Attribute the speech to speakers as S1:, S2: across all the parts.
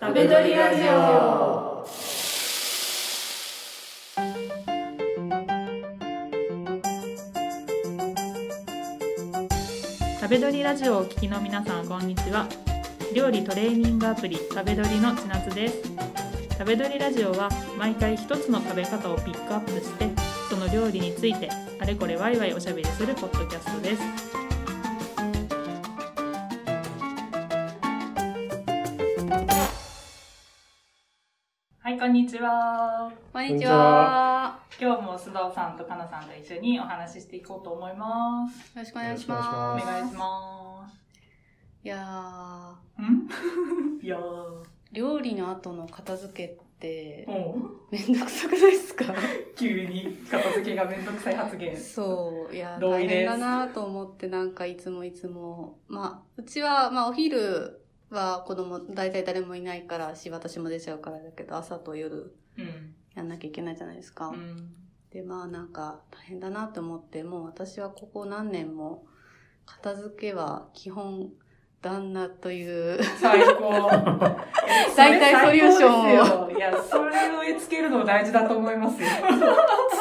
S1: 食べ取りラジオ食べ取りラジオをお聞きの皆さんこんにちは料理トレーニングアプリ食べどりの千夏です食べどりラジオは毎回一つの食べ方をピックアップしてその料理についてあれこれワイワイおしゃべりするポッドキャストですはいこんにちは
S2: こんにちは。
S1: 今日も須藤さんとかなさんと一緒にお話ししていこうと思います
S2: よろしくお願いし
S1: お
S2: ま
S1: 願
S2: す。
S1: いしま
S2: いや
S1: すん いやー
S2: ー、料理の後の片付けって
S1: もう
S2: めんどくさくないですか
S1: 急に片付けがめんどくさい発言。
S2: そう、い や、
S1: 同意で
S2: 大
S1: す
S2: 変だなと思ってなんかいつもいつも。まあ、うちは、まあお昼は子供大体誰もいないからし、私も出ちゃうからだけど、朝と夜
S1: うん。
S2: やんなきゃいけないじゃないですか。
S1: うん。
S2: で、まあなんか大変だなと思って、もう私はここ何年も片付けは基本旦那という、
S1: 最 高。
S2: 大体ソリューションを
S1: ンを。いや、それを植え付けるの大事だと思いますよ。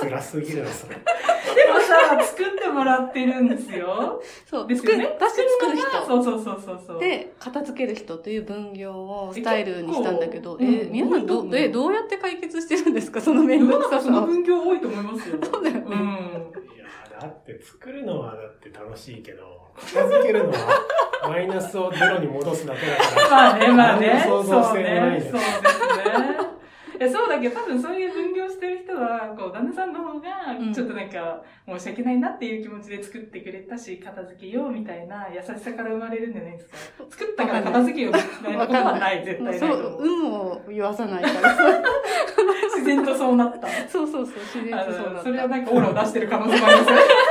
S3: 辛すぎるな、それ。
S1: でもさ、作ってもらってるんですよ。
S2: そう、
S1: ですよね
S2: 作る私作る人。
S1: そうそうそうそうそう。、
S2: で、片付ける人という分業をスタイルにしたんだけど、え
S1: え結構うん
S2: 皆さん
S1: う
S2: ど
S1: ん、
S2: え、どうやって解決してるんですかその
S1: 世
S2: 面
S1: の
S2: 倒く
S1: 中
S2: さ
S1: そ
S2: さ
S1: の
S2: を。
S1: 分業多いと思い ますよ。
S2: そうだよね
S1: うん。
S3: いやーだって作るのはだって楽しいけど、片付けるのはマイナスをゼロに戻すだけだか
S1: まあね、まあね。
S3: 想像性な い
S1: そうねそうで
S3: ね。
S1: すね。いやそうだけど、多分そういう分業してる人は、こう、旦那さんの方が
S2: う、ん
S1: ちょっとなんか、申し訳ないなっていう気持ちで作ってくれたし、片付けようみたいな優しさから生まれるんじゃないですか。作ったから片付けようみたいなことはない、絶対ない
S2: そ
S1: と思う。
S2: う、運を言わさないから。そう
S1: 自然とそうなった。
S2: そうそうそう、自然
S1: あ
S2: とそうな
S1: の、
S2: っ
S1: それ
S2: た
S1: は。なんかオーラを出してる可能性もありますよ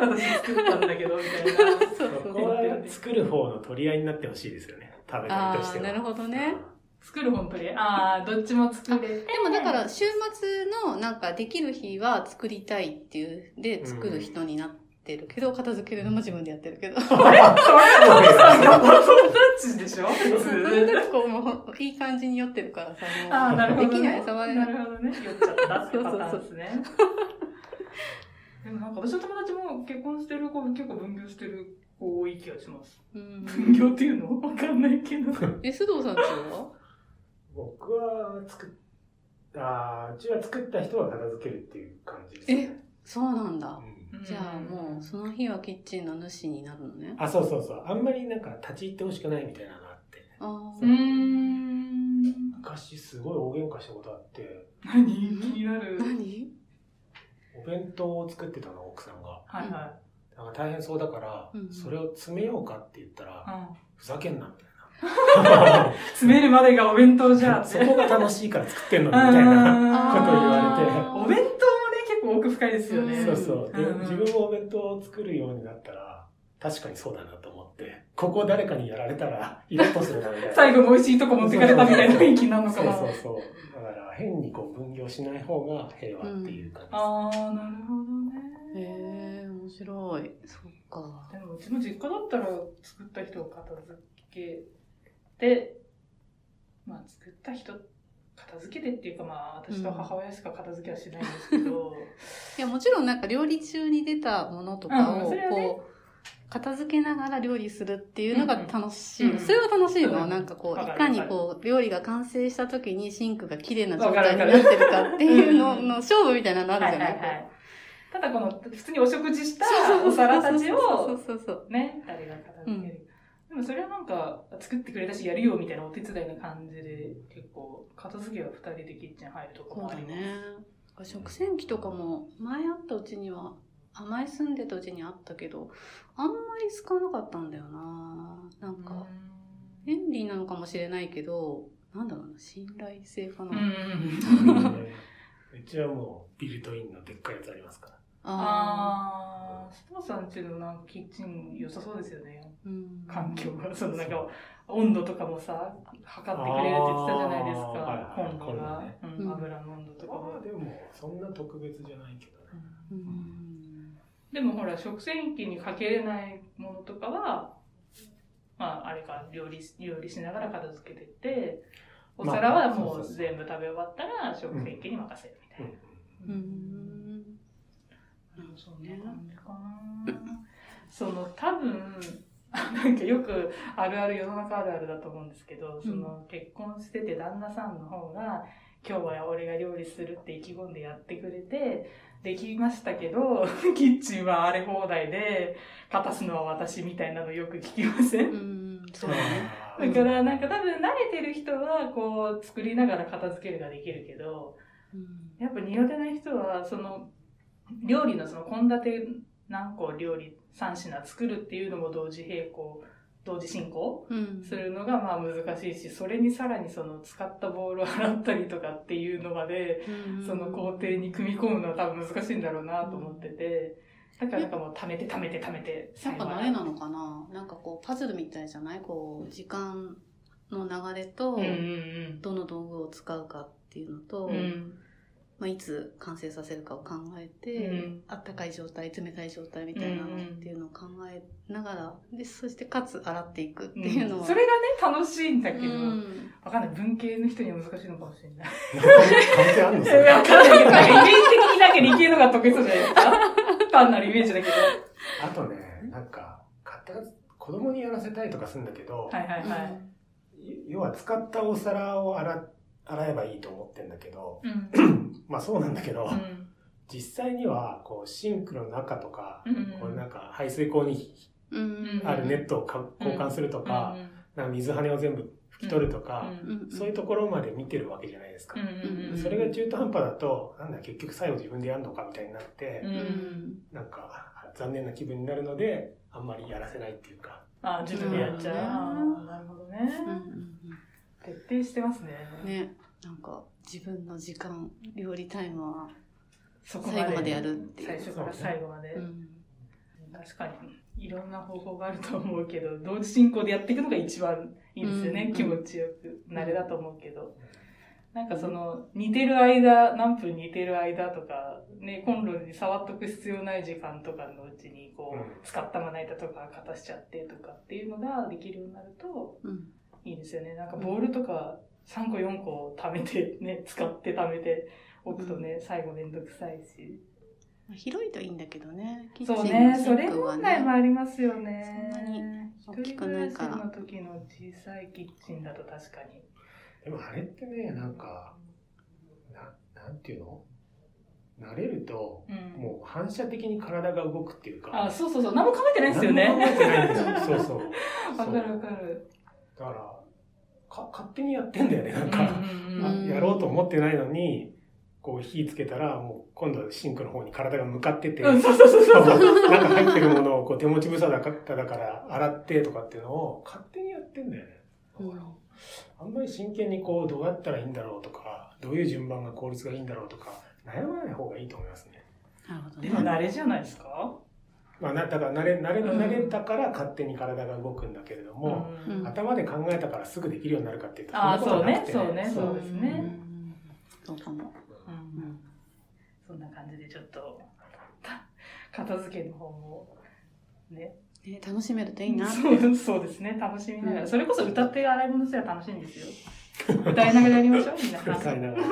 S1: 私作ったんだけど、みたいな。
S2: そう
S3: ら。
S2: そ
S3: そうこは作る方の取り合いになってほしいですよね。食べた
S2: あ
S3: りとして
S2: ー
S3: は。
S2: なるほどね。
S1: 作る本当に。ああ、どっちも作れて。
S2: でもだ から、週末のなんかできる日は作りたいっていう、で、作る人になってるけど、片付けるのも自分でやってるけど。
S1: それはお父さんのバトンタッチでしょ普
S2: そう
S1: 通
S2: そ。れ だとこう、もう、いい感じに酔ってるからさ、
S1: ああ、なるほ
S2: も
S1: ど、
S2: う、
S1: ね。
S2: できないさまで
S1: な
S2: な
S1: るほどね。酔っちゃったって
S2: そう
S1: パ
S2: そう
S1: タ
S2: そ
S1: ーン
S2: う
S1: ですね。でもなんか私の友達も結婚してる子結構分業してる子多い気がします。
S2: うん。
S1: 分業っていうのわかんないけど。
S2: え、須藤さんちは
S3: 僕は作っ、あーうちは作った人は片付けるっていう感じですね。
S2: そうなんだ。
S3: うん
S2: じゃあもうその日はキッチンの主になるのね。
S3: あ、そうそうそう。あんまりなんか立ち入ってほしくないみたいなのがあって。
S2: あ
S1: うーん。
S3: 昔すごい大喧嘩したことあって、
S1: 何気になる
S2: あ。。何
S3: お弁当を作ってたの、奥さんが。
S1: はいは
S3: なんか大変そうだから、
S2: うん
S3: それを詰めようかって言ったら、
S1: い。うん
S3: ふざけんなみたいな。
S1: 詰めるまでがお弁当 じゃあって。
S3: そこが楽しいから作ってんの
S1: み
S3: みたい
S2: こ
S3: な。
S2: と言われて
S1: お弁当もね、結構奥深いですよね。
S3: そうそう。で
S1: うん、
S3: 自分もお弁当を作るようになったら、確かにそうだなと思って、ここ誰かにやられたら、イラッとするなみたいな。
S1: 最後の美味しいとこ持ってかれたみたいな雰囲気になるの
S3: そ
S1: か
S3: う
S1: な。
S3: そうそう。だから、変にこう分業しない方が平和っていう感じです。
S1: ああ、なるほど
S2: へ
S1: ね。
S2: え、面白い。そっか。
S1: でもうちも実家だったら作った人を片付けて、まあ作った人、片付けてっていうかまあ私と母親しか片付けはしないんですけ ど、
S2: いや、もちろんなんか料理中に出たものとか
S1: うん
S2: を
S1: それはね
S2: こう、片付けながら料理するっていうのが楽し
S1: う
S2: い
S1: んう
S2: の。
S1: ん
S2: それは楽しいの。
S1: うん
S2: なんかこう、
S1: わ
S2: い
S1: かる
S2: かにこう、料理が完成した時にシンクが綺麗な状
S1: わかる
S2: 態
S1: わ
S2: に
S1: か
S2: な
S1: る
S2: ってるかっていうの
S1: うん
S2: の勝負みたいなのあるじゃない
S1: ただこの普通にお食事した
S2: そう
S1: お皿たち
S2: そ
S1: を
S2: うそうそう。
S1: ね、誰が片付ける。でもそれはなんか作ってくれたしやるよみたいなお手伝いな感じで結構片付けは2人でキッチン入るとか
S2: そう
S1: もあ
S2: だ
S1: ります。
S2: ね。食洗機とかも前あったうちには、あ前住んでたうちにあったけど、あんまり使わなかったんだよな。なんか、
S1: うん
S2: 便利なのかもしれないけど、なんだろうな、信頼性かな。
S1: うんうん
S3: ねうちはもう、ビルトインのでっかいやつありますから。
S1: あ
S2: あ
S1: あ、須藤さんちのなんかキッチン良さそうですよね。
S2: ーうん
S1: 環境が、そのなんか温度とかもさ、測ってくれるって言ってたじゃないですか
S3: あ。ーはいはい
S1: コンロが、
S2: ロ
S3: コ
S2: ね
S1: う
S2: うん
S1: ん、油の温度とかも
S3: まあ、。でも、そんな特別じゃないけどね。
S2: うん
S1: でもほら、食洗機にかけれないものとかは、まあ、あれか料理し料理しながら片付けてってお
S3: まあ
S1: 皿はも
S3: そう
S1: う
S3: そうそう
S1: 全部食べ終わったら食洗機に任せるみたいな。
S2: うーん。
S1: うんそうね。なんでかな。その多分なんかよくあるある世の中あるあるだと思うんですけど、
S2: ん
S1: その結婚してて旦那さんの方が今日は俺が料理するって意気込んでやってくれてできましたけど キッチンは荒れ放題で片すのは私みたいなのよく聞きません
S2: うーん、そうだ ね。
S1: だからなんか多分慣れてる人はこう作りながら片付けるができるけど
S2: うん
S1: やっぱ苦手な人はその料理のその献立何個料理3品作るっていうのも同時並行同時進行
S2: うん
S1: するのがまあ難しいしそれにさらにその使ったボールを洗ったりとかっていうのまでその工程に組み込むのは多分難しいんだろうなと思っててだからなんかもう貯めて貯めて貯めて
S2: なんか慣れな
S1: の
S2: のかななんかこう、パズルみたいじゃないこう、時間の流れと
S1: うん、うん
S2: どの道具を使うかっていうのと、
S1: うんうん
S2: まあ、いつ完成させるかを考えて、
S1: うん
S2: あったかい状態、冷たい状態みたいなのっていうのを考えながら、で、そしてかつ洗っていくっていうのは、
S1: んそれがね楽しいんだ
S2: う
S1: けど、
S2: ん、
S1: わかんない文系の人には難しいのかもしれない
S3: 関係あるのそ
S1: いやわ
S3: れ
S1: かんないけどなんかイメージ的になんか理系のが得意そうじゃないです か単なるイメージだけど
S3: あとねなんか片子供にやらせたいとかするんだけど、
S1: はいはいはい、
S3: 要は使ったお皿を洗洗えばいいと思ってんだけど
S1: うん
S3: まあそうなんだけど、
S1: うん
S3: 実際にはこうシンクの中とか、
S1: うんうん
S3: こうなんか排水口に
S2: うん。
S3: あるネットをか交換するとか,、なんか水跳ねを全部拭き取るとか、
S2: うんうん
S3: そういうところまで見てるわけじゃないですか。
S1: うんうん
S3: それが中途半端だと、なんだ、結局最後自分でやるのかみたいになって
S1: う、
S2: うんん。
S3: なんか残念な気分になるので、あんまりやらせないっていうか。
S1: あ自分でやっちゃう、
S2: うん
S1: あーなるほどね、
S2: うんうん
S1: 徹底してますね
S2: うんね、なんか自分の時間、料理タイムは、
S1: そ
S2: 最後までやるっていう
S1: 最初から最後まで、
S2: うん
S1: 確かにいろんな方法があると思うけど同時進行でやっていくのが一番いいんですよね、
S2: うん
S1: 気持ちよく慣れだと思うけど、なんかその似てる間何分似てる間とか、ね、コンロに触っとく必要ない時間とかのうちにこう、
S3: うん
S1: 使ったまな板とか片しちゃってとかっていうのができるようになると
S2: うん
S1: いいですよねなんかボールとか3個4個貯めてね使って貯めておくとね、最後めんどくさいし、
S2: まあ広いといいんだけどね。キッチン
S1: そう
S2: の
S1: ね
S2: シ
S1: そ
S2: ン
S1: れ
S2: クは
S1: 問
S2: ね
S1: 題もありますよね
S2: そんなに大きくないから
S1: 一人暮らしの時の小さいキッチンだと確かに
S3: でもあれってね、なんか、な、なんていうの慣れると、
S1: うん
S3: もう反射的に体が動くっていうか。
S1: あそうそうそう何も考えてないですよ
S3: 何も
S1: ね
S3: 考えてないんですよ。 そうそう。
S1: わかるわか
S3: そう
S1: る
S3: だから、か、勝手にやってんだよね、なんか。
S1: うんうんうん
S2: ん
S3: やろうと思ってないのに、こう火つけたら、もう今度はシンクの方に体が向かってて、
S1: うん、そうそうそうそうそう。
S3: なんか入ってるものをこう手持ち無沙汰だから洗ってとかっていうのを勝手にやってんだよね。だからあんまり真剣にこうどうやったらいいんだろうとか、どういう順番が効率がいいんだろうとか、悩まない方がいいと思いますね。
S2: なるほど
S1: でも
S2: ね。
S1: 慣れじゃないですか。
S3: まあな、だから慣れ、慣れ、
S1: うん
S3: 慣れたから勝手に体が動くんだけれども、
S1: うん
S2: うん
S3: 頭で考えたからすぐできるようになるかっていうと、
S1: あー
S3: んなことはなくて
S1: そうねそうねそうですね
S2: うん。そうか
S1: う
S2: も。うんん
S1: そんな感じでちょっとた片付けの方もね、
S2: ね楽しめるといいな。
S1: そうそうですね楽しみながら、
S2: うん
S1: それこそ歌って洗い物すら楽しいんですよ。歌いながらやりましょう皆さん。
S3: 歌いながら。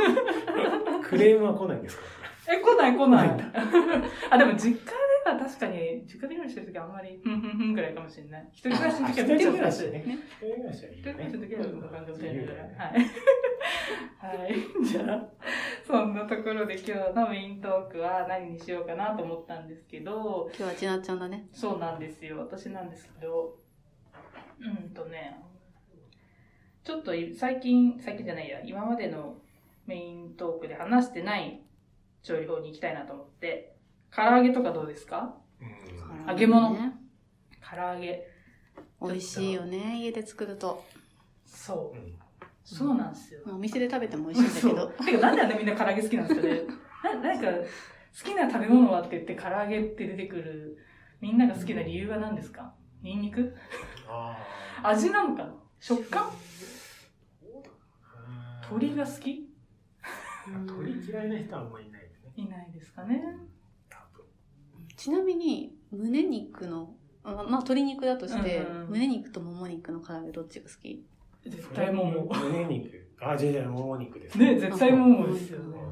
S3: クレームは来ないんですか
S1: え来ない来ない
S3: 来な。
S1: あでも実家では確かに実家で料理してる時はあんまりふんふんふんぐらいかもしれない。一人暮らしの時は
S3: 一人
S1: 見ても
S3: 暮らし
S1: ね。
S3: ね。一人暮らしはいい
S1: 一人
S3: よ
S1: 暮らしの時はこんな感じで
S3: ね。
S1: はい。はい。じゃあ、そんなところで今日のメイントークは何にしようかなと思ったんですけど、
S2: 今日はちなちゃんだね。
S1: そうなんですよ。私なんですけど、うんとね、ちょっとい最近、最近じゃないや、今までのメイントークで話してない調理法に行きたいなと思って、唐揚げとかどうですか
S3: うん
S1: 揚げ物
S2: ね。
S1: 唐揚げ。
S2: 美味しいよね。家で作ると。
S1: そうう。
S3: ん
S1: そうなんですよ。
S2: まあお店で食べても美味しいんだけど。
S1: てか、なんであんなみんな唐揚げ好きなんですかね。ななんか、好きな食べ物はって言って唐揚げって出てくる、みんなが好きな理由は何ですかニンニク
S3: あー
S1: 味なのかな食感
S3: うん
S1: 鳥が好き
S3: 鳥嫌いな人はあんまりいないよね。
S1: いないですかね。
S3: 多分
S2: ちなみに、胸肉の、あまあ、鶏肉だとして、
S4: うんうん
S2: 胸肉ともも肉の唐揚げどっちが好き
S1: 絶対もも。
S3: 胸肉。あ、じゃあじゃあ、もも肉です
S1: ね、絶対ももですよ
S3: う
S1: ね。
S3: ん
S2: う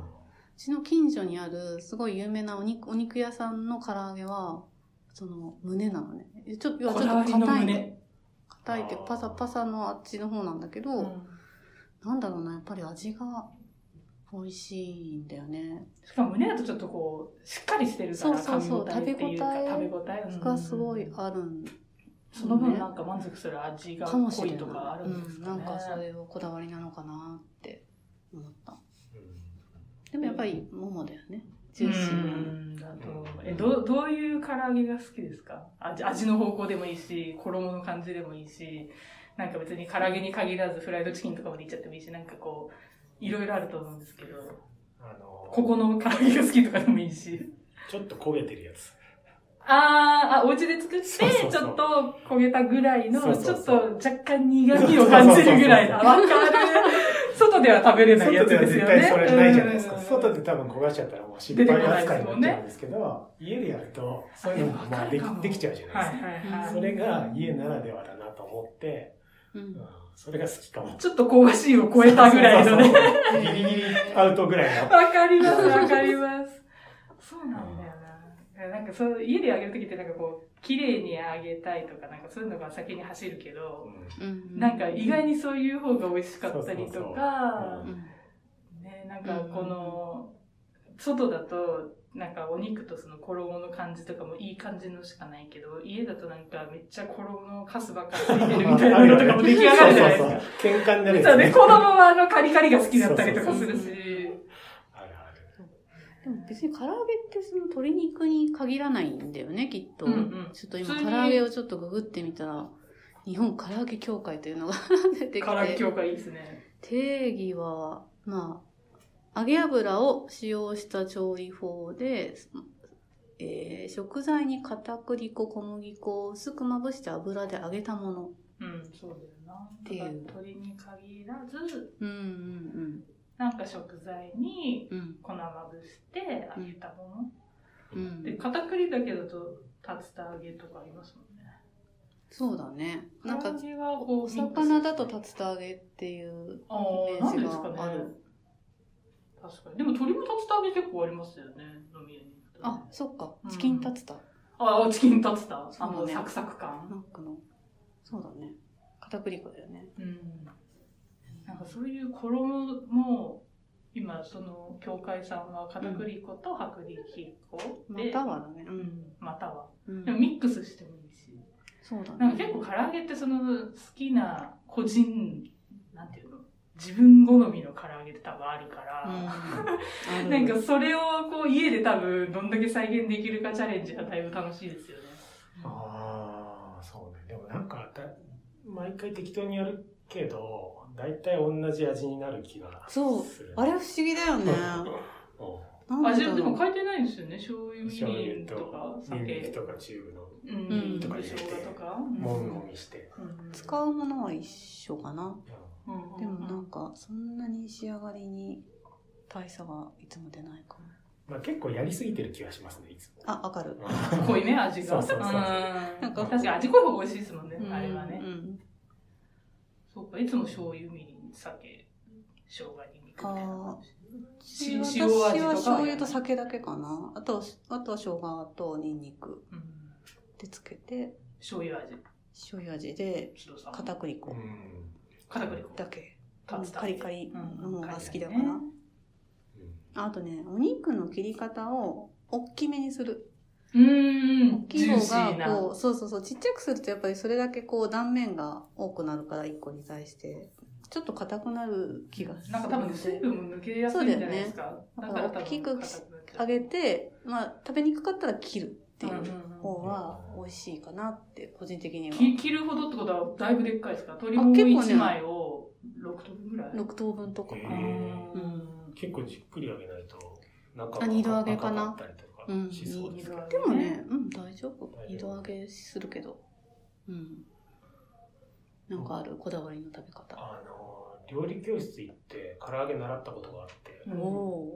S2: ちの近所にあるすごい有名なお肉お肉屋さんの唐揚げはその胸なのねえちょっといや
S1: こ
S2: ち
S1: だ
S2: ょ
S1: わ
S2: っと
S1: りの
S2: 硬いの
S1: 胸。
S2: 硬いっていうかパサパサのあっちの方なんだけど、なんだろうなやっぱり味が美味しいんだよね
S1: しかも胸だとちょっとこう、しっかりしてるから、
S2: そうそうそう
S1: 噛み応えっていうか
S2: 食
S1: 食
S2: べ
S1: べ応えうん
S2: がすごいあるん
S1: その分なんか満足する味が
S2: かもし
S1: 濃
S2: れ
S1: い
S2: ない、
S1: とかある
S2: うん
S1: です
S2: ん、
S1: か
S2: な
S1: ね。
S2: んかそういうこだわりなのかなって思った
S3: うん
S2: でもやっぱりももだよねジ
S1: ジュ
S2: ュー
S1: ー
S2: シ
S1: シ
S2: ーな
S1: ーなあとえどどういう唐揚げが好きですか味味の方向でもいいし衣の感じでもいいしなんか別に唐揚げに限らずフライドチキンとかまでいっちゃってもいいしなんかこういろいろあると思うんですけど
S3: あの
S1: ここの唐揚げが好きとかでもいいし
S3: ちょっと焦げてるやつ。
S1: あーあお家で作ってち
S3: そうそうそう
S1: ょっと焦げたぐらいの
S3: そうそう
S1: ち
S3: そ
S1: ょ
S3: う
S1: っと若干苦みを感じるぐらいの
S3: そう
S1: わかる外では食べれないやつ
S3: 外では
S1: です
S3: 絶
S1: よ
S3: 対
S1: ね
S3: それないじゃないです
S1: う
S3: か。
S1: ん
S3: 外で多分焦がしちゃったらもう失
S1: 出て
S3: 敗
S1: こないで
S3: 扱い
S1: す
S3: にな
S1: も
S3: っ
S1: ん
S3: ち
S1: ね
S3: ゃうんですけど、家でやると、そういうのがまあ
S1: で
S3: できできちゃうじゃないですか。
S1: はいはいはい、
S3: それが家ならではだなと思って、
S2: う
S3: うん
S2: ん、
S3: それが好きかも。
S1: ちょっと香ばしいを超えたぐらいのね。
S3: そうそうそうギリギリアウトぐらい の。
S1: わかります、わかります。そうなんだよな。なんかそう、家で揚げるときってなんかこう、綺麗に揚げたいとか、なんかそういうのが先に走るけど、
S2: うん
S1: なんか意外にそういう方が美味しかったり
S3: そう
S1: と
S3: そう
S1: か
S3: う、
S2: うん
S1: ね、なんかこの、外だと、なんかお肉とその衣の感じとかもいい感じのしかないけど、家だとなんかめっちゃ衣のカスばっかついてるみたいなのとかも出来上がるじゃないですか。
S3: そうそうそう喧嘩になる
S1: そうね、
S3: やつ
S1: 子供はあのカリカリが好きだったりとかするし
S2: そうそう。
S3: あるある。
S2: でも別に唐揚げってその鶏肉に限らないんだよねきっと、
S1: うんうん
S2: ちょっと今
S1: 普通に
S2: 唐揚げをちょっとググってみたら日本唐揚げ協会というのが 出てき
S1: カラ
S2: て
S1: 協会いいですね。
S2: 定義はまあ揚げ油を使用した調理法で、えー食材に片栗粉小麦粉を薄くまぶして油で揚げたもの
S1: うん、そうだよな。
S2: ていう
S1: だから鶏に限らず、
S2: うんうん
S1: なんか食材に
S2: うんうん
S1: 粉まぶして揚げたも
S2: う
S1: の。で、
S2: ん、
S1: 片栗だけだと竜田揚げとかありますもんね。
S2: そうだねなんか
S1: 唐揚げはこう
S2: お魚だと
S1: ミッ
S2: 竜
S1: クス
S2: 田揚げっていう
S1: あーなんですかね
S2: イメージがある
S1: 確かに。でも鶏も竜田揚げ結構ありますよね、飲み屋に行くとね
S2: あそっか
S1: うん
S2: チキン竜田、
S1: あ、チキン竜田。
S2: そ
S1: あ
S2: うだ
S1: の、
S2: ね
S1: サクサク
S2: な
S1: 感。
S2: んかのそうだね片栗粉だよね
S1: うん。なんかそういう衣も、今、その、協会さんは片栗粉と薄力粉
S2: ま
S1: で、
S2: たはだねう、
S1: うんん、または。
S2: うん
S1: でもミックスしてもいいし。
S2: そうだね
S1: なんか結構唐揚げってその好きな個人、なんていうの自分好みの唐揚げって多分あるから、
S2: うん、
S1: なんかそれをこう家で多分どんだけ再現できるかチャレンジがだいぶ楽しいですよね。
S3: ああ、そうね。でもなんかだ、毎回適当にやるけど、大体同じ味になる気がする。
S2: そうあれ不思議だよね
S3: うん
S2: なん
S1: 味
S2: だろ
S1: は
S2: う
S1: でも変えてないんですよね。醤油、み
S3: 醤
S1: り
S3: 油
S1: んとか
S3: と、ニンニク
S1: 酒、
S3: とかチューブの
S1: うん、
S2: うん
S1: とか生姜とか。
S3: もみもみして。
S1: うん
S2: 使うものは一緒かな
S3: う
S1: うんうん
S2: でもなんかそんなに仕上がりに大差がいつも出ないかも
S3: んまあ結構やりすぎてる気がしますね、いつも。
S2: あわかる
S1: 濃いね、味が。
S3: そうそうそうそうん
S2: なんか
S1: 確かに味濃い方が美味しいですもんね、あれはね
S2: う。ん
S1: そうか、いつも醤油、みりん、酒、生姜、にんにくみたいな感じ。
S2: 私
S1: し
S2: は
S1: 塩味とかはやらない
S2: 醤油と酒だけかなあとあとは生姜とニンニク
S1: うん
S2: でつけて
S1: 醤油味、
S2: 醤油味で
S1: 須藤さん。
S2: 片栗粉
S3: うん
S1: 片栗粉。
S2: だけ
S1: カツだ
S2: カリカリの方が好きだか
S1: うんカリカ
S2: ら
S1: リね
S3: うん
S2: あとねお肉の切り方を大きめにする
S1: うー
S2: 大
S1: ん。
S2: きい
S1: ジューシ
S2: 方
S1: ー
S2: が
S1: な
S2: こうそうそうそうちっちゃくするとやっぱりそれだけこう断面が多くなるから1個に対してちょっと硬くなる気がする
S1: なんか多分ね水分も抜けやすいんじゃないですか。
S2: そうだ
S1: だ
S2: よね
S1: から多
S2: 大
S1: 分
S2: きく
S1: 硬なっちゃう
S2: 揚げて、まあ、食べにくかったら切るってい
S1: うんうん
S2: う
S1: うん
S2: 方が美味しいかなって個人的には
S1: き切るほどってことはだいぶでっかいですか鶏も
S2: あ結構
S1: 1
S2: ね
S1: 枚を6等分ぐらい。
S2: 6等分とかか
S3: へ
S2: な
S3: ー
S1: うん
S3: 結構じっくり揚げないと、中が
S2: あ二度揚げかな
S3: 赤ったりとか
S2: うん
S3: しそうですけど。
S2: でもね、うん、大丈夫
S3: 大丈夫
S2: 二度揚げするけどうんなんかあるこだわりの食べ方、
S3: あの、料理教室行って、唐揚げ習ったことがあって、
S1: うん
S2: お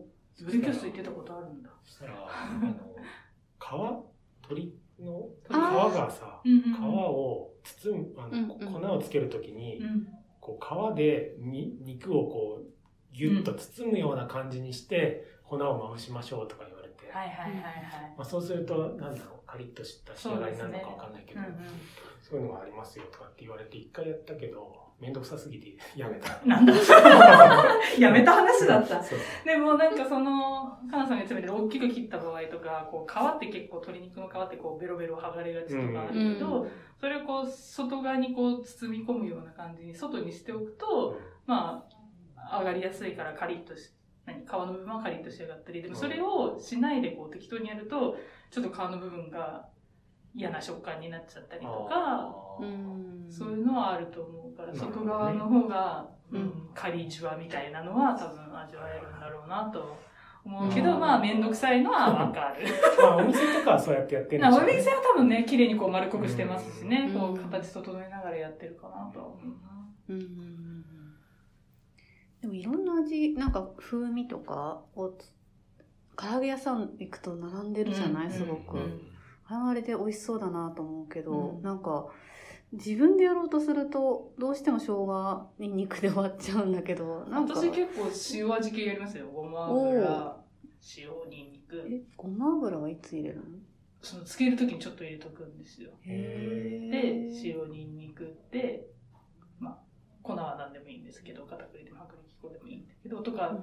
S2: お
S1: ブリキャスト行ってたことあるんだ。
S3: そしたら、あの、皮鳥の皮
S2: あー
S3: がさ、か、
S1: うんうん
S3: 皮を包む、あの、
S2: うんうん
S3: 粉をつけるときに、
S1: うん
S3: こう皮でに肉をこうギュッと包むような感じにして粉をまぶしましょうとか言われて、
S1: はいはいはいはい。
S3: まあ、そうするとなんだろうカリッとした仕上がりなのかわかんないけど
S1: う
S3: そう,、
S1: ん
S3: いうのがありますよとかって言われて一回やったけど面倒くさすぎてやめた
S1: なんだ やめた話だった。
S3: そう
S1: でもなんかその、カナさんが言ってたみたいに大きく切った場合とか、こう皮って結構鶏肉の皮ってこうベロベロ剥がれがちとかあるけど、それをこう外側にこう包み込むような感じに外にしておくと、まあ、上がりやすいからカリッとし、何皮の部分はカリッと仕上がったり、でもそれをしないでこう適当にやると、ちょっと皮の部分が嫌な食感になっちゃったりとか、
S3: う
S2: うんん
S1: そういうのはあると思うから、
S3: なるほどね
S1: 外側の方が、う
S2: うん
S1: ん、カリジュワみたいなのは多分味わえるんだろうなと思うけど、
S2: うん
S1: まあ、めんどくさいのはわかる。
S3: まあお店とかはそうやってやってるん
S1: な
S3: でし
S1: お
S3: ょう
S1: 店
S3: ね
S1: は多分ね、綺麗にこう丸っこくしてますしね、
S2: うん
S1: こう形整えながらやってるかなとは思うな。
S2: うんうんうんうんでもいろんな味なんか風味とかをつ唐揚げ屋さん行くと並んでるじゃな
S1: う
S2: い、
S1: んうん
S2: すごく、
S3: うん
S2: あれはあれで美味しそうだなと思うけど、
S1: うん
S2: なんか自分でやろうとするとどうしても生姜にんにくで終わっちゃうんだけどなんか
S1: 私結構塩味系やりますよ。ごま油、塩、にんにく。
S2: えごま油はいつ入れるの
S1: その、つけるときにちょっと入れとくんですよ。
S3: へ
S1: で、
S2: 塩
S1: 塩、にんにくって、まあ、粉は何でもいいんですけど、片栗でも薄力粉でもいいんだけど、とか、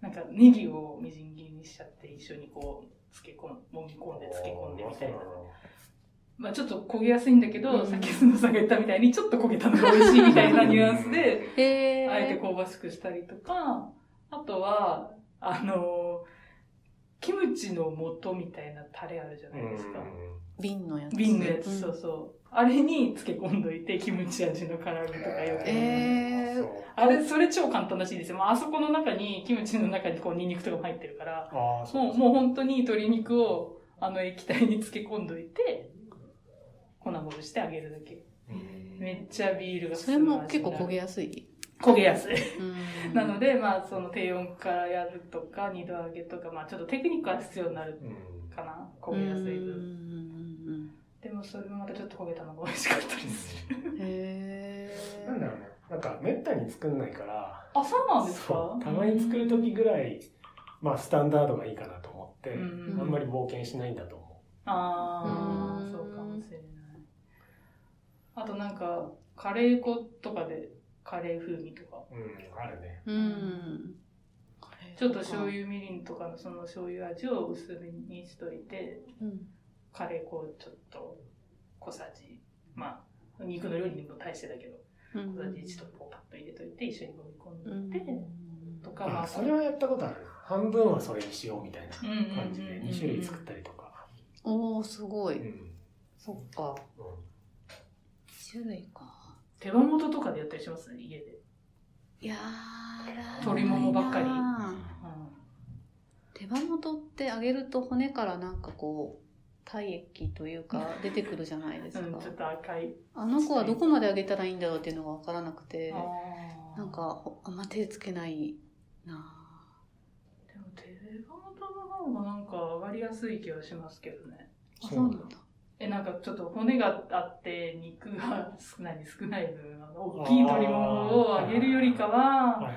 S1: なんかネギをみじん切りにしちゃって一緒にこう漬け込んもみ込んで漬け込んでみたいなまあちょっと焦げやすいんだけど、
S2: うん
S1: さっき須野さんが言ったみたいにちょっと焦げたのが美味しいみた いなニュアンスで
S2: へー
S1: あえて香ばしくしたりとかあとはあのキムチの素みたいなタレあるじゃないですか、
S2: 瓶のやつ
S1: 瓶のやつ、
S2: うん
S1: そうそうあれに漬け込んどいてキムチ味の唐揚げとかよく、
S2: えー
S3: そう
S1: あれそれ超簡単らしいですよ、まあ、あそこの中にキムチの中にこうニンニクとかも入ってるから
S3: ああそう
S1: もう、もう本当に鶏肉を、あの液体に漬け込んどいて、粉まぶしてあげるだけ。めっちゃビールが
S2: それも結構焦げ
S1: や
S2: やすい、
S1: すい。焦げやすい。
S2: うん
S1: なので、まあ、その低温からやるとか、二度揚げとか、まあ、ちょっとテクニックは必要になる
S3: うん
S1: かな。焦げやすい
S2: うんうん
S1: 分。でも、それもまたちょっと焦げたのが美味しかったりする。
S2: うんうんうんへえ
S3: なんだろうねなんかめったに作んないから
S1: あ、そうなんです
S3: そ
S1: か
S3: うたまに作る時ぐらいまあスタンダードがいいかなと思って、
S1: うん
S3: あんまり冒険しないんだと思
S1: あ
S2: う
S1: あ、
S2: ん
S1: そうかもしれない。あとなんか、カレー粉とかで、カレー風味とか。
S3: う、うん、あるね
S2: うん
S1: ちょっと醤、油みりんとかのその醤油味を薄めにしといて、
S2: うん
S1: カレー粉をちょっと小さじ、まあ、肉の料理にも対してだけど、
S2: うん
S1: 小さじ1とこうパッと入れといて、一緒に飲み
S2: う
S1: 込ん
S2: ん
S1: で、とか、ま
S3: あ
S1: あ、
S3: それはやったことあるな半分はそれにしようみたいな
S1: うんうんうん
S3: 感じで2種類作ったりとか、
S2: おおすご
S3: う
S2: い、
S3: ん
S2: そっか
S3: うん
S2: 種類か
S1: 手羽元とかでやったりします家で。
S2: いやーらないな
S1: 鶏ももばっかり
S2: 手羽元って揚げると骨からなんかこう体液というか出てくるじゃないです
S1: う
S2: か、
S1: ん、ちょっと赤い。
S2: あの子はどこまで揚げたらいいんだろうっていうのが分からなくて
S1: あー
S2: なんかほあんま手つけないな
S1: でも手羽元の方がなんか上がりやすい気はしますけどね。
S2: あ
S3: そうなんだ
S2: だ
S1: え、なんかちょっと骨があって、肉が少ない少ない分、あの大きい鶏ももを揚げるよりかは、
S3: はいはい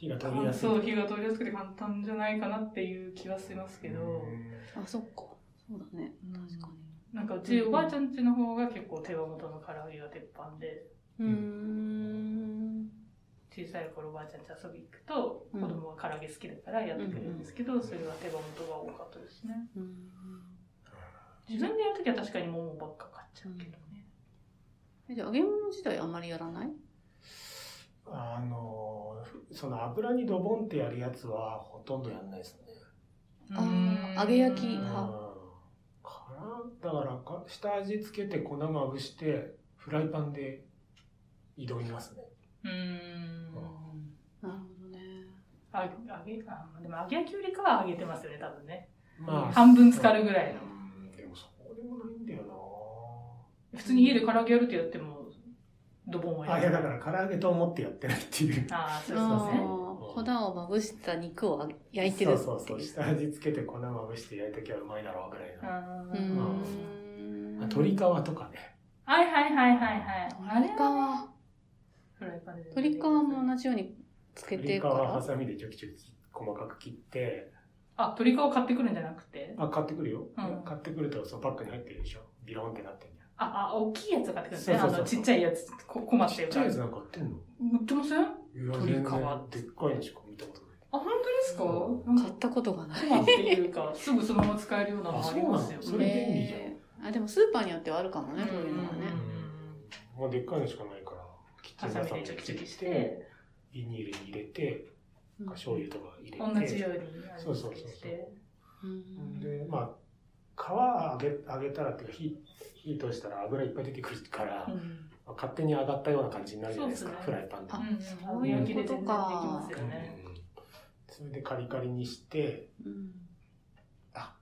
S3: 火が飛びやすい
S1: そう、火が通りやすくて簡単じゃないかなっていう気はしますけど、
S3: うん
S2: あそっかそうだね確か
S1: なんかうち、おばあちゃん家の方が結構手羽元の唐揚げが鉄板で、
S2: に
S3: う
S2: うんーん
S1: 小さい頃おばあちゃん家遊び行くと、
S2: うん
S1: 子供が唐揚げ好きだからやってくれるんですけど、それは手羽元が多かったですね。
S2: うーん
S1: 自分でやるときは確かにももばっか買っちゃうけどね。
S2: えじゃあ揚げ物自体あんまりやらない
S3: あのその油にドボンってやるやつはほとんどやんないですね
S2: あー揚げ焼き
S1: うん
S2: 派
S3: からだからか下味つけて粉まぶしてフライパンで挑みますね
S1: うん。
S2: なるほどね
S1: あ揚げ、あでも揚げ焼きよりかは揚げてますよね、多分ね。
S3: まあ
S1: 半分浸かるぐらいの
S3: うんでもそうでもないんだよ
S1: 普通に家で唐揚げやるとやっても、ドボンは
S3: なあ
S1: や
S3: いや
S1: る。
S3: だから唐揚げと思ってやってないっていう
S1: ああ、そうです
S2: あ
S1: ね。
S2: ー粉をまぶした肉をあ焼いてるってい
S3: そうそうそう下味つけて粉まぶして焼いときはうまいだろうぐらいの、
S1: あ
S2: うー
S1: ー
S2: ん
S3: 鳥皮とかね
S1: はいはいはいはいはい。あれ
S2: 鶏皮
S1: はフライパンで。
S2: 鶏皮も同じようにつけ
S3: 鶏
S2: て
S3: 皮
S2: か
S3: はハ
S2: ら
S3: サミでちょきちょき細かく切って、
S1: あ、鶏皮を買ってくるんじゃなくて
S3: あ、買ってくるよ。
S1: うん
S3: 買ってくると、そう、パックに入ってるでしょ。ビロンってなってんじゃん。
S1: あ、あ、大きいやつ買ってくるんですね。
S3: そ
S1: あ
S3: うそうそう
S1: の、ちっちゃいやつ、こ困って
S3: ちっ
S1: る
S3: ち
S1: か
S3: ゃ
S1: ら。売
S3: いや
S1: っ
S3: つなんか売ってんの
S1: てませんあ、
S3: いや、
S1: 鶏
S3: 全然
S1: 皮
S3: でっかいのしか見たことない。
S1: 本当ですか
S3: う
S1: なん
S2: 買
S1: か、
S2: ったことがない。
S1: 熊っていう か、すぐそのまま使えるようなのありますよ
S3: あ。そうなのそれ便利じゃん
S2: えーあでもスーパーによってはあるかもね、そういうのは
S1: うん
S2: ね。
S3: まあ、でっかいのしかないから、キッチ
S1: ハ
S3: ン
S1: サ
S3: バ
S1: ミ
S3: サミ
S1: でちょ
S3: で
S1: きち
S3: 切
S1: ょ
S3: っ、
S1: きしてて、
S3: ビニールに入れて、
S2: うん
S3: 醤油とか入れて。
S1: 同じように
S3: そうそうそう
S1: 味付けして。
S2: うん
S3: で、まあ、皮揚げ、揚げたらっていうか、火、火通したら油いっぱい出てくるから、
S1: うん
S3: 勝手に上がったような感じになるじゃないですか、
S1: そうです
S3: フ
S1: ね
S3: ライパンで。
S2: あ
S1: うん
S2: そう
S3: いうこ
S1: 揚げ焼き
S3: とか
S1: で全然できますよね。
S3: うんそれでカリカリにして、
S2: うん
S3: あ、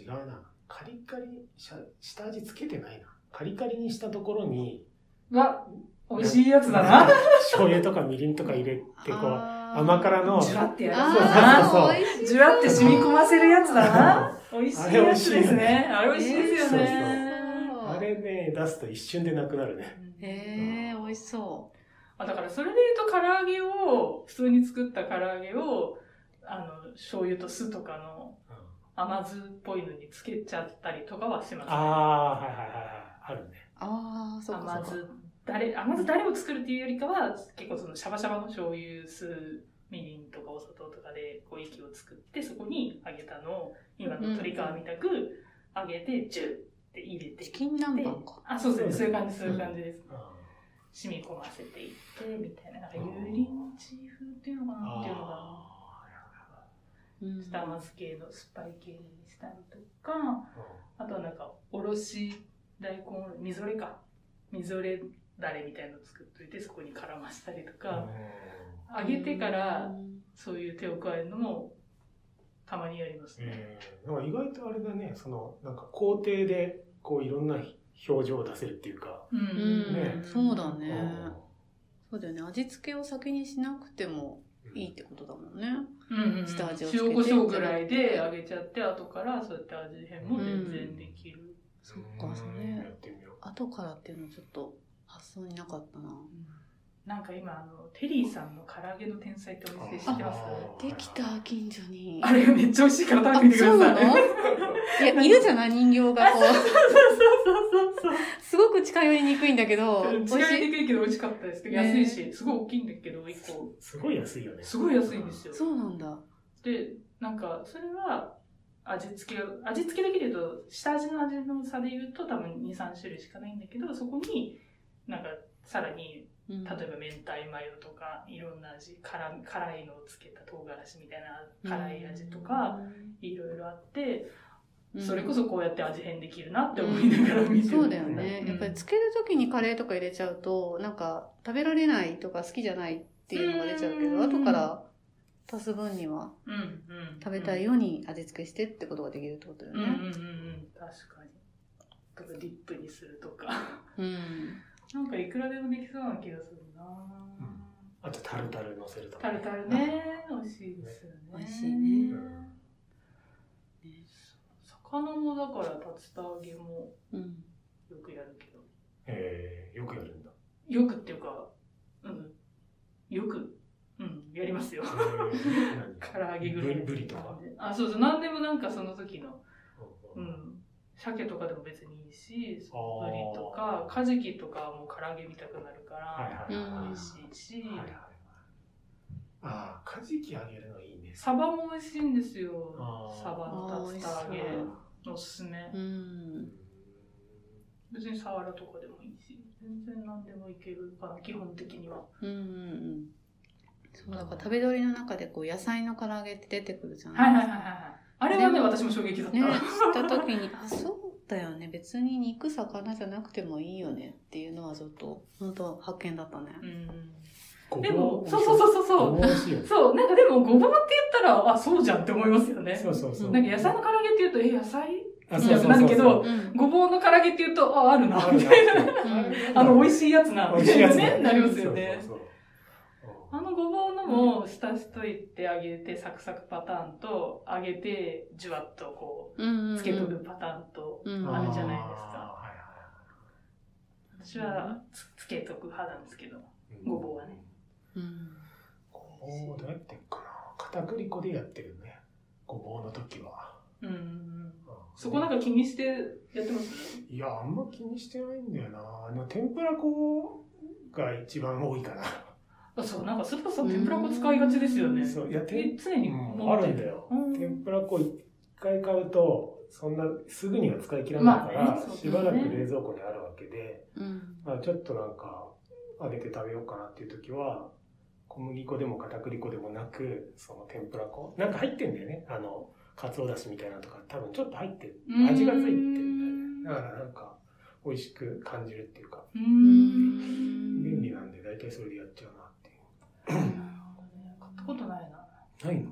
S3: 違うな。カリカリ、しゃ下味つけてないな。カリカリにしたところに、
S1: うわ、美味しいやつだな。
S3: 醤油とかみりんとか入れて、こう、
S2: あー
S3: 甘辛の、
S1: じゅわってやつだ
S3: あ
S1: な。
S3: そうそうそう
S2: あー美味しい
S1: じゅわって染み込ませるやつだな。美味しいやつですね。あれ美味しいですよね。
S2: そう
S3: あれね、出すと一瞬でなくなるね。
S2: へえ、美味しそ
S1: あだからそれで言うと唐揚げを、普通に作った唐揚げを、あの、醤油と酢とかの
S3: うん
S1: 甘酢っぽいのにつけちゃったりとかはします、
S3: ああ、はいはいはいはい。あるね。
S2: う。ああ、そうか
S1: 甘
S2: そうか。
S1: 酢、誰、甘酢誰を作るっていうよりかは、結構そのシャバシャバの醤油、酢、みりんとかお砂糖とかで、こう液を作って、そこに揚げたのを、今の鶏皮みたく揚げて、ジュッって入れて
S2: チ。キン南蛮か。
S1: あ、そうですね。そういう感じ、そういう感じです。
S3: うん
S1: 染み込ませていって、みたいな。なんか、油淋鶏風っていうのかなっていうのが。
S2: うん
S1: スタマス系の酸っぱい系にしたりとか、あとはなんか、おろし大根、みぞれか。みぞれだれみたいの作っといて、そこに絡ましたりとか、揚げてから、そういう手を加えるのも、たまにやりますね。
S3: えーなんか意外とあれだね、その、なんか工程で、こういろんな表情を出せるっていうか。
S1: うん
S2: うん
S3: ね
S2: そうだ
S3: う
S2: ね。
S3: ん
S2: そうだよね。味付けを先にしなくてもいいってことだもんね。
S1: うんうんうん
S2: 下味をつけて
S1: 塩コショウぐらいで揚げちゃって、後からそうやって味変も全然できる。
S2: そっか、そ
S3: うんや
S2: れ。
S3: ってみよう。
S2: 後からっていうのちょっと発想になかったな。
S1: なんか今、あの、テリーさんの唐揚げの天才ってお店知ってます
S3: あ
S2: できた、近所に。
S1: あれがめっちゃ美味しいから
S2: あ、
S1: 食べてく
S2: そ
S1: だ
S2: うな
S1: さい。
S2: のいや、いるじゃない人形がこう。
S1: そうそうそうそう
S2: すごく近寄りにくいんだけど、
S1: そう。
S2: 美味
S1: 違い
S2: し
S1: に
S2: い。
S1: くいけど美味しかったです。
S2: ね
S1: 安いし、すごい大きいんだけど、一個。
S3: すごい安いよね。
S1: すごい安いんですよ。
S2: そうなんだ。
S1: で、なんか、それは、味付け、味付けだけで言うと、下味の味の差で言うと多分2、3種類しかないんだけど、そこに、なんか、さらに、
S2: うん
S1: 例えば明太マヨとか、いろんな味、辛辛いのをつけた唐辛子みたいな辛い味とか、、いろいろあって、
S2: うん
S1: それこそこうやって味変できるなって思いながら見てる。
S2: そうだよね
S1: う。ん
S2: やっぱりつけるときにカレーとか入れちゃうと、なんか食べられないとか好きじゃないっていうのが出ちゃうけ
S1: う
S2: ど、
S1: ん
S2: 後から足す分には
S1: うんうん。
S2: 食べたいように味付けしてってことができるってことだよ
S1: うんうんうんう
S2: ね。
S1: ん確かにとかディップにするとか
S2: うん。
S1: なんかいくらでもできそうな気がするな、
S3: うんあとタルタル乗せるとか
S1: タ
S3: ね、
S1: ルタルね美味しいですよね
S2: 美味しいね
S3: うん
S1: 魚もだから竜田揚げも
S2: うん。
S1: よくやるけど
S3: えーよく やるんだ。
S1: よくっていうかうんよくうんやりますよ
S3: えー何
S1: 唐揚げぐらい
S3: ブリブリとか。
S1: あそうそう何でもなんかその時のう
S3: うん
S1: ん鮭とかでも別にいいし
S3: あー
S1: ブリとかカジキとかはもう唐揚げ見たくなるから、
S3: はいはいはいは
S2: う
S3: い。
S2: ん
S1: 美味しいし、
S3: はいはいはいああ、カジキあげるのいいね。
S1: サバも美味しいんですよ
S3: あー
S1: サバの竜田揚
S2: あー美味し
S1: げのおすすめ
S2: うん。
S1: 別にサワラとかでもいいし全然何でもいけるかな基本的には
S2: うんうんうん。そう、だから食べ通りの中でこう野菜の唐揚げって出てくるじゃ
S1: はいはい
S2: な
S1: はいいはいはいあれはね
S2: でも
S1: 私も衝撃だった、
S2: ね、知った時に、あ、そうだよね。別に肉、魚じゃなくてもいいよねっていうのはちょっと、本当発見だったね。
S1: うん
S3: ごぼう
S1: でもそうそうそうそうそ
S3: ごぼ
S1: う
S3: 美味しいよね。
S1: そうなんかでもごぼうって言ったらあそうじゃんって思いますよね
S3: そうそうそう。
S1: なんか野菜の唐揚げって言うとえ野菜
S3: あ
S1: みたいになるけど
S2: うん。
S1: ごぼうの唐揚げって言うとああるな
S3: あ
S1: みたいな
S2: う ん
S1: あの美味しいやつなみ
S3: 美味
S1: た
S3: しい
S1: い
S3: や
S1: な
S3: つ
S1: ね
S3: ね
S1: なりますよね
S3: そうそうそう
S1: あのごぼうのも浸しといて揚げてサクサクパターンと揚げてじゅわっとこ
S2: うんうんう。
S1: うんつけとくパターンと
S2: う
S3: うん
S2: ん。
S1: あるじゃないです
S3: あーはいはい
S1: 私はつつけとく派なんですけど。ごぼうはね。
S2: うん。
S3: ごぼうどうやってんかな。片栗粉でやってるね。ごぼうの時は。
S1: うん。
S3: うん
S1: そこなんか気にしてやってます
S3: いや、あんま気にしてないんだよな。あの、天ぷら粉が一番多いかな。
S1: あそう、なんかスーパーさん天ぷら粉使いがちですよね。
S3: そう、いや、
S1: え
S3: 天、
S1: 常に
S3: うん、あるんだ
S1: よ。
S3: よ
S1: う。ん
S3: 天ぷら粉一回買うと、そんなすぐには使い切らないから、
S1: まあねそうです
S3: し
S1: ね
S3: ばらく冷蔵庫にあるわけで、
S2: うん。
S3: まあ、ちょっとなんか、揚げて食べようかなっていう時は、小麦粉でも片栗粉でもなく、その天ぷら粉。なんか入ってんだよね。あの、かつおだしみたいなのとか、多分ちょっと入ってる。味がついてるんだよね。だからなんか、美味しく感じるっていうか、
S1: う。
S2: うんん。
S3: 便利なんで大体それでやっちゃうなっていう。
S1: 買ったことないな。
S3: ないの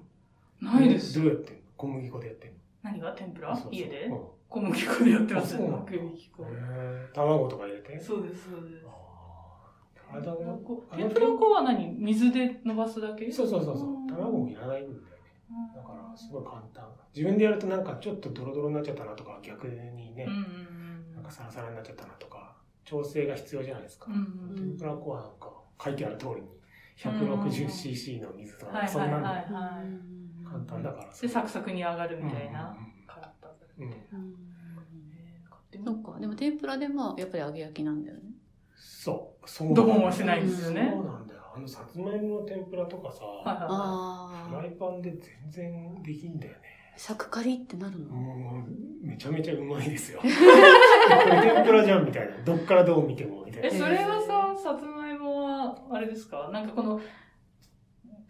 S1: ないです
S3: ど。うやってんの小麦粉でやってんの
S1: 何が天ぷら
S3: そうそう
S1: 家で
S3: うん
S1: 小麦粉でやってます。
S3: あそうなんだ
S1: 小麦粉。
S3: へー卵とか入れて
S1: そうです、そうです。
S3: あー体が
S1: 天ぷら粉は何水で伸ばすだけ
S3: そうそうそうそう
S1: うん
S3: 卵もいらないんだよねだからすごい簡単自分でやるとなんかちょっとドロドロになっちゃったなとか逆にね
S1: うんうんうん
S3: なんかサラサラになっちゃったなとか調整が必要じゃないですか
S1: うんうん
S3: 天ぷら粉はなんか書いてある通りに 160cc の水とか
S1: は
S3: ないんかそん
S1: は
S3: な
S1: は
S3: いの
S1: いはい。
S3: 簡単だから
S1: で、サクサクに上がるみたいな。
S3: う
S1: カラッと上
S3: んうん
S1: が
S3: う
S1: る
S3: ん。
S2: うん
S1: えー買ってみ
S2: そ
S1: よう
S2: っか。でも天ぷらでまあ、やっぱり揚げ焼きなんだよね。
S3: そうそう
S1: ドボンはしないですよね
S3: そうなんだよあのさつまいもの天ぷらとかさ
S1: はいはいは
S2: あ
S3: フライパンで全然できんだよね。
S2: あ。サクカリってなるの
S3: もう、めちゃめちゃうまい ですよ。これ天ぷらじゃんみたいな。どっからどう見てもみたい
S1: い。え、
S3: な。
S1: それはさ、さつまいもは、あれですかなんかこの、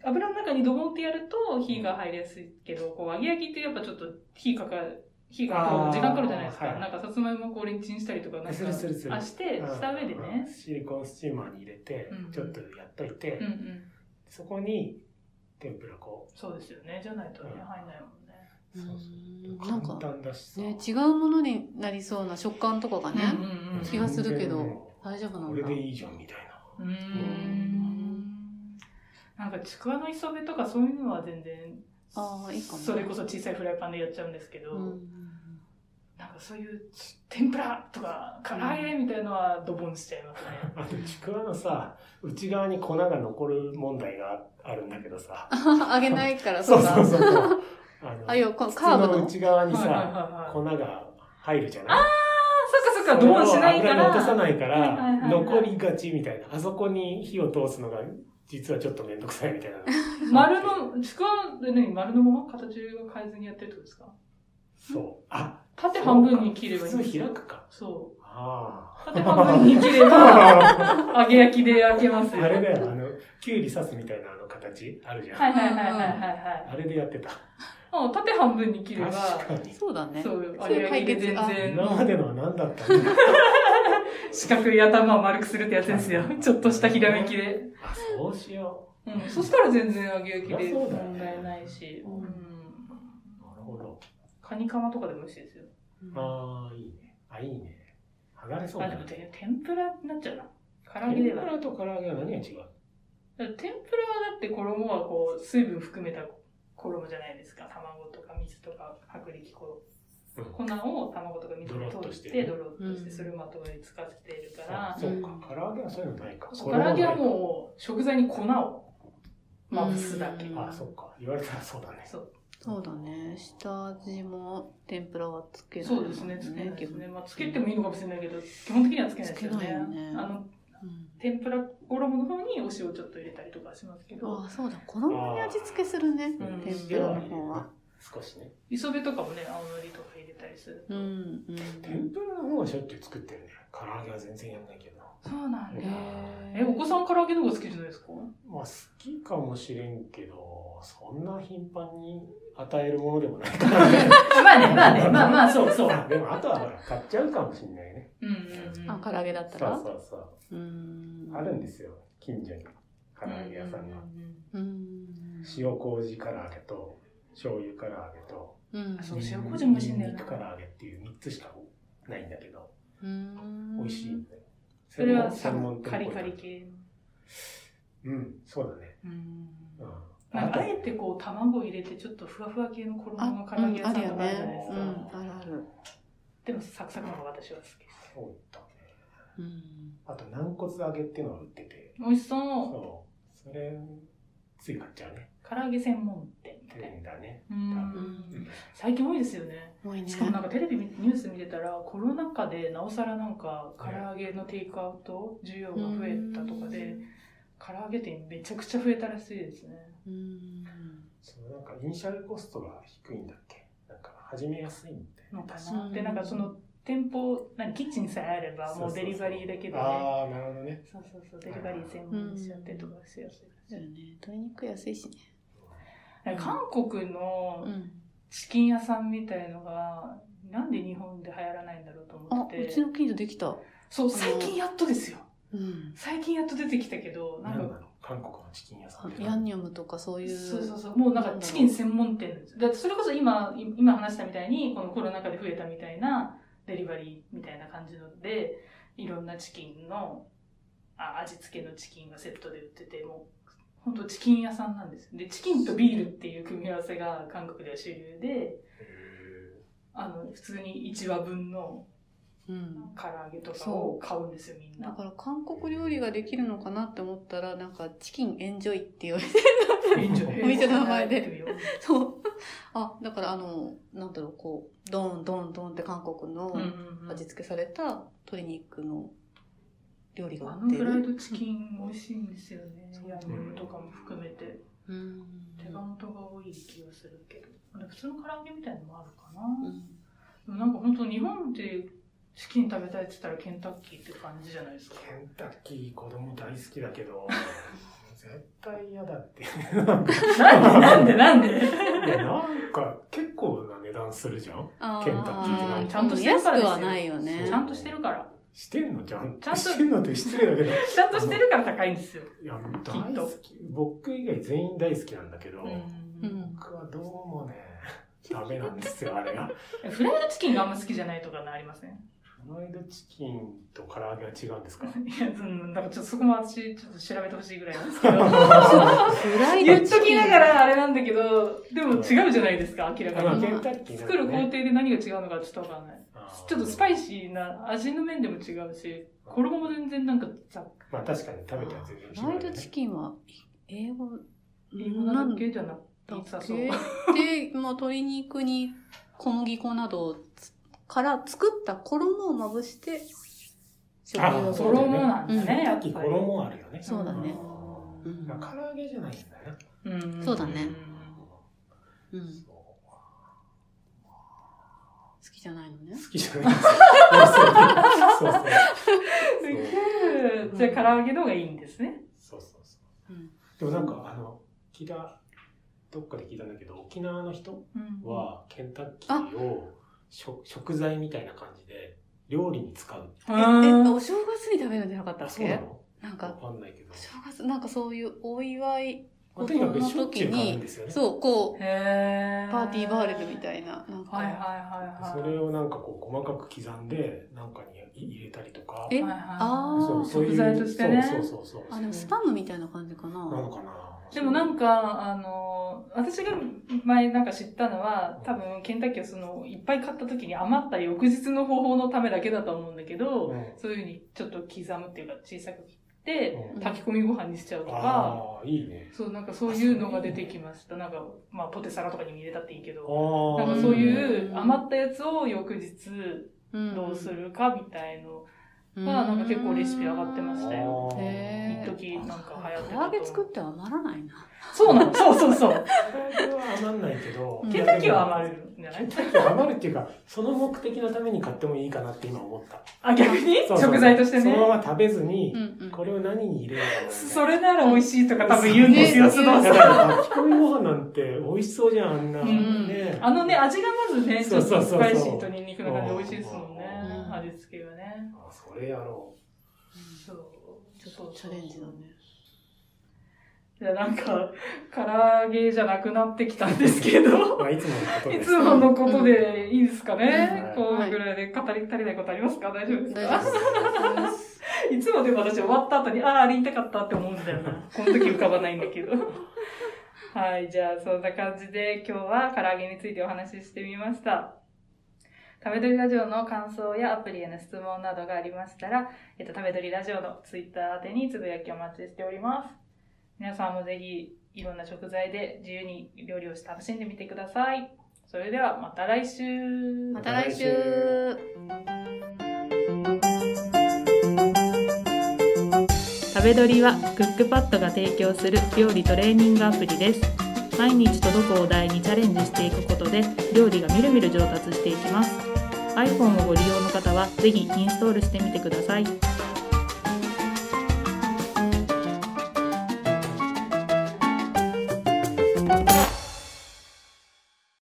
S1: 油の中にドボンってやると火が入りやすいけど、こう揚げ焼きってやっぱちょっと火かかる、火がかかる時間かかるじゃないですか。
S3: あーはい
S1: なんかさつまいもをこうレンチンしたりとか、なんか、
S3: するするする
S1: あ、して、した上でね
S3: うん。シリコンスチーマーに入れて
S1: うん、
S3: ちょっとやっといて
S1: うんう、ん。
S3: そこに天ぷら粉。
S1: そうですよね。じゃないとね、
S3: うん
S1: 入んないもんね。
S3: そう
S2: うん
S3: そう。簡単だしさ。
S2: ね、違うものになりそうな食感とかがね、
S1: うんうんうん
S2: 気がするけど
S3: 全然も
S2: 大丈夫
S3: う
S2: な
S3: こ
S2: ん
S3: れ
S2: だ。
S3: でいいじゃんみたいな。
S1: うーんなんかちくわの磯辺とかそういうのは全然
S2: あーいいかも
S1: それこそ小さいフライパンでやっちゃうんですけど、
S2: うん
S1: なんかそういう天ぷらとか唐揚げみたいのはドボンしちゃいますね。
S3: あと、ちくわのさ、内側に粉が残る問題があるんだけどさ。
S2: 揚げないから、
S3: そう
S2: だ
S3: そうそうそう。あの
S2: あ、いや、このカーブ
S3: 筒の
S2: の。
S3: 内側に
S1: はいはいはい
S3: さ、
S1: はい。
S3: 粉が入るじゃない
S1: あ、そっかそっか、ドボンしないか
S3: 油に
S1: ら。
S3: 落とさないか
S1: はいはいはいは
S3: ら、
S1: い
S3: 残りがちみたいな。あそこに火を通すのが、実はちょっとめんどくさい みたいな。
S1: 丸の、ちくわで何丸のまま形を変えずにやってるってことですか
S3: そう。あ、
S1: 縦半分に切ればいいん
S3: 普
S1: です
S3: 通
S1: よ
S3: 開くか。
S1: そう。
S3: あ
S1: 縦半分に切れ ば、
S3: あ。
S1: 揚げ焼きで焼けます
S3: あ
S1: よ。
S3: れだよ、あの、きゅうり刺すみたいなあの形あるじゃん。
S1: はいはいはいはいはいはい。
S3: あれでやってた。
S1: もう縦半分に切れば、
S3: 確かに。
S2: そうだね。
S1: そう、あ
S2: そうい
S1: れだけ
S2: う解
S1: で
S2: 決
S1: 全
S2: あ
S1: 然
S3: 今までのは何だったんだ
S1: 四角い頭を丸くするってやつですよ。ちょっとしたひらめきで。
S3: あ、そうしよ
S1: うん、そしたら全然揚げ焼き
S3: そり
S1: で
S3: ゃそうだよね
S1: 問題ないし、
S2: うん
S1: うん。
S3: う。なるほど。
S1: カニカマとかでも美味しいですよ。
S3: ああ、いいね。あ、いいね。剥がれそう
S1: あ、
S3: だ
S1: でも
S3: ね。
S1: て天ぷらになっちゃうな。唐揚
S3: 天
S1: げで
S3: ぷ
S1: は。
S3: らと唐揚げは何が違う
S1: だって天ぷらはだって衣はこう、水分含めた衣じゃないですか。卵とか水とか薄力粉。
S3: うん
S1: 粉を卵とか水に
S3: ドロ
S1: 通
S3: ッと
S1: し
S3: して
S1: て、
S3: ね
S1: ドロッとして、
S2: うん
S1: それをまとわりつかせているか
S3: あ
S1: ら、
S3: そうか。唐揚げはそういうのないか。
S1: そう唐揚げはもう食材に粉をまぶすだけ。
S2: うん
S3: あ、そっか。言われたらそうだね。
S1: そう
S2: そうだね。下味も天ぷらはつけないも
S1: そ
S2: ん。
S1: うですね、つけないで
S2: 基
S1: す
S2: 本
S1: ね。まあ、つけてもいいのかもしれないけど、基本的にはつけないですよ
S2: つけない
S1: ね
S2: よ。ね
S1: あの、
S2: うん
S1: 天ぷら衣の方にお塩ちょっと入れたりとかしますけど、
S2: あ、そうだ。子供に味付けするね。
S1: うん
S2: 天ぷらの方は。。
S3: 少しね。
S1: 磯辺とかもね、青のりとか入れたりする。
S2: うん、うん。
S3: 天ぷらの方はしょっちゅう作ってるね。唐揚げは全然やんないけどな。
S1: そうなんだ。
S2: へー
S1: え、お子さん唐揚げの方が好きじゃないですか
S3: まあ好きかもしれんけど、そんな頻繁に与えるものでもないからね。
S1: まあ ね、まあね、まあまあ、そうそう。
S3: あでもあとはほら、買っちゃうかもしれないね。
S1: うんうんうん。
S2: あ、唐揚げだった
S3: そ
S2: ら
S3: うそうそう。
S2: うーん。
S3: あるんですよ。近所に。唐揚げ屋さんが
S1: う。うん
S2: うーん。
S3: 塩麹唐揚げと、醤油唐揚げと、
S2: うん。
S1: あそう塩麹も美味しいんだよな
S3: ニンニク唐揚げっていう3つしかないんだけど、
S2: うーん。
S3: 美味しいんだよ。
S1: それはさ
S3: 専門店
S1: カリ
S3: っぽ
S1: カ
S3: い
S1: リ系。
S3: うん、そうだね。
S1: うん
S3: うん。
S1: なんかあえてこう卵入れてちょっとふわふわ系の衣の唐
S2: う
S1: 揚げ
S2: ん、
S1: 屋さ
S2: あ
S1: んと
S2: る
S1: か
S2: よ
S1: あるじゃないで
S2: ね
S1: す。
S2: う
S1: か。
S2: ん、あるある。
S1: でもサクサクの方が私は好きです。
S3: そうだね。
S2: うん
S3: あと軟骨揚げっていうのを売ってて、
S1: 美味しそう。
S3: そう。それ、つい買っちゃうね。
S1: 唐揚げ専門店みたいな。
S3: だね。
S1: う。
S2: うんん
S1: 最近多いですよね。
S2: 多いね
S1: しかもなんかテレビニュース見てたら、コロナ禍でなおさらなんか唐揚げのテイクアウト需要が増えたとかで、唐揚げ店めちゃくちゃ増えたらしいですね。
S2: うん
S3: そのなんか、イニシャルコストが低いんだっけなんか、始めやすいみたい
S1: のか
S2: う
S1: な。
S2: ん
S1: で、なんかその店舗、何キッチンさえあれば
S3: な。
S1: もうデリバリーだけどね。
S3: そうそうそうああ、なるほどね。
S1: そうそうそう、デリバリー専門にしちゃってとかしやすいらし
S2: だ
S1: い
S2: よね鶏肉安いしね
S1: なんか韓国の
S2: うん
S1: チキン屋さんみたいのが、なんで日本で流行らないんだろうと思
S2: あ
S1: って
S2: う
S1: て
S2: ち。の近所できた
S1: そう、最近やっとですよ。
S2: うん
S1: 最近やっと出てきたけど、な
S3: なんん
S1: か、
S3: なの韓国のチキン屋さんって。
S2: ヤンニョムとかそういう
S1: そうそうそう、もうなんかチキン専門店です。だってそれこそ今、い今話したみたいに、このコロナ禍で増えたみたいな、デリバリーみたいな感じので、いろんなチキンの、あ味付けのチキンがセットで売ってて、もう、本当チキン屋さんなんですよ。で、チキンとビールっていう組み合わせが韓国では主流で、
S3: へ
S1: あの、普通に1話分の
S2: うん
S1: 唐揚げとかを買うんですよ、みん
S2: だ
S1: な。
S2: から韓国料理ができるのかなって思ったらなんかチキンエンジョイって言われて お店の名前で
S1: やってみよう。
S2: そう あだからあのなんだろうこうドンドンドンって韓国の
S1: うん
S2: 味付けされた鶏肉の料理が
S1: あ
S2: 売
S1: の
S2: って
S1: フ
S2: る
S1: ライドチキン美味しいんですよね。ヤンニョムとかも含めて。
S2: うん
S1: 手羽元が多い気がするけど。で普通の唐揚げみたいのもあるか
S2: う
S1: な。
S2: ん
S1: でもなんか本当日本でチキン食べたいって言ったらケンタッキーって感じじゃないですか。
S3: ケンタッキー子供大好きだけ ど、絶対嫌だって。 なんか、い
S1: なんでなんでなんで
S3: や、なんか結構な値段するじゃん
S2: あー
S3: ケンタッキーって
S1: ちゃんとしてるからですよ
S2: 安くはないよね
S3: そう
S1: ちゃんとしてるから。
S3: してんのじゃん
S1: ちゃんと
S3: してんのって失礼だけど。い
S1: ちゃんとしてるから高いんですよ。
S3: や、
S1: き
S3: 大
S1: っ
S3: 好
S1: と
S3: き。僕以外全員大好きなんだけど、
S2: うん
S3: 僕はどうもね、ダメなんですよ、あれが。
S1: フライドチキンがあんま好きじゃないとかなりません
S3: フライドチキンと唐揚げは違う んですか
S1: いや、うん、なんかちょっとそこも私、ちょっと調べてほしいぐらいなんですけど。
S2: フライド
S1: 言っ
S2: チキン
S1: ときながらあれなんだけど、でも違うじゃないですか、明ら
S3: あ
S1: か
S3: まあ
S1: に。
S3: ケンタッキーなん
S1: 作る工
S3: かね
S1: 程で何が違うのかちょっとわかんない。ちょっとスパイシーな味の面でも違うし、衣も全然なんかさ、
S3: まあ確かに食べたやつ全
S2: フライド
S3: 然違
S2: チキンは英語
S1: 英語なだけじゃな
S2: だ
S1: く
S2: って
S1: さ、そう。
S2: で、まあ、鶏肉に小麦粉などをつから作った衣をまぶして食
S3: あ
S2: 用
S3: そうだよ
S1: 衣
S3: ね
S1: なんだ
S2: う
S1: ね、
S3: ケ
S1: や
S3: ン
S1: っ
S3: タッキー
S1: ぱり。
S3: 衣あるよね。
S2: そうだね
S3: あ
S2: う
S3: ー
S2: ん
S3: まあ唐揚げじゃないんだな。
S1: うん
S2: そうだねう
S3: うん
S2: ん、
S3: そう
S2: 好きじゃないのね
S3: 好きじゃないんですよ そうそう
S1: すげえじゃあ唐揚げの方がいいんですね。
S3: そうそうそうそう。
S2: うん
S3: でもなんかあの聞いたどっかで聞いたんだけど沖縄の人はケンタッキーを食食材みたいな感じで料理に使う。
S1: うん、
S2: ええお正月に食べるんじゃなかった
S3: あ
S2: っ
S3: そうな
S2: け
S3: の？
S2: なん
S3: わ
S2: か
S3: かんないけど
S2: お。正月なんかそういうお祝い
S3: まあとにかく
S2: 子供の
S3: しょっち
S2: 時
S3: ゅう買う
S2: に
S3: んですよね。
S2: そうこ
S1: へ
S2: うパーティーバーレルみ
S1: い
S2: たいななんか、
S1: はいはいはいは
S3: そ
S1: い。
S3: れをなんかこう細かく刻んでなんかに入れたりとか。
S2: え
S1: はいはいはい
S2: あー
S3: そうそういう
S1: 食材としてね
S3: そうそうそうそ
S2: あでもスパムみたいな感じか
S3: う。なの
S2: な
S3: かな。
S1: でもなんか、あの、私が前なんか知ったのは、多分ケンタッキーをその、いっぱい買った時に余った翌日の方法のためだけだと思うんだけど、
S3: うん
S1: そういうふうにちょっと刻むっていうか小さく切って、
S3: うん
S1: 炊き込みご飯にしちゃうとか、
S3: ああいいね。
S1: そうなんかそういうのが出てきました。なんか、まあポテサラとかにも入れたっていいけ
S3: あ
S1: ど、
S3: あ。
S1: なんかそう
S3: う
S1: い
S2: うん
S1: う余ったやつを翌日
S2: うん
S1: どうするかみたいの
S2: うん
S1: が、なんか結構レシピ上がってましたよ。
S3: あー
S2: へ
S1: 一時なんか流行ってた
S2: 唐揚げ作って余らないな
S1: そうなんそうそうそう。
S3: 唐揚げは余んないけど
S2: う。ん
S1: ケンタッキーは余るんじゃない
S3: ケンタッキーは余るっていうか、その目的のために買ってもいいかなって今思った。
S1: あ、逆に
S3: そうそう
S1: 食材として
S3: その
S1: ね。
S3: まま食べずに
S2: う、んうん
S3: これを何に入れようかなみたい な。
S1: それなら美味しいとか多分言うんですよ、
S2: ね
S1: 須藤
S3: だ
S1: さん。
S3: から炊き込みご飯なんて美味しそうじゃん、あんな。
S1: うん
S3: ね
S1: あのね、味がまずね、ち
S3: そ
S1: ょ
S3: う
S1: っ
S3: そう
S1: とス
S3: そうそう
S1: パイシーとニンニクの感じで美味しいですもんね
S2: う。ん
S1: 味付けがね。
S3: あそれやろ
S1: そう。
S2: ちょっとチャレンジだね
S1: いや、なんか、唐揚げじゃなくなってきたんですけど
S3: う。。まあ、いつものこと
S1: い
S3: です。
S1: つものことでいいですかね、
S3: うん
S1: このぐらいで語り足りないことありますか大丈夫ですか
S2: 大丈夫で す
S1: いつもでも私終わった後に、ああ、あれ言いたかったって思うんだよな。この時浮かばないんだ けど。はい、じゃあそんな感じで今日は唐揚げについてお話ししてみました。食べどりラジオの感想やアプリへの質問などがありましたら、えっと、食べどりラジオのツイッター宛てにつぶやきお待ちしております。皆さんもぜひ、いろんな食材で自由に料理をして楽しんでみてください。それでは、また来週。
S2: また来週。
S4: 食べどりはクックパッドが提供する料理トレーニングアプリです毎日届くお題にチャレンジしていくことで料理がみるみる上達していきます iPhone をご利用の方はぜひインストールしてみてください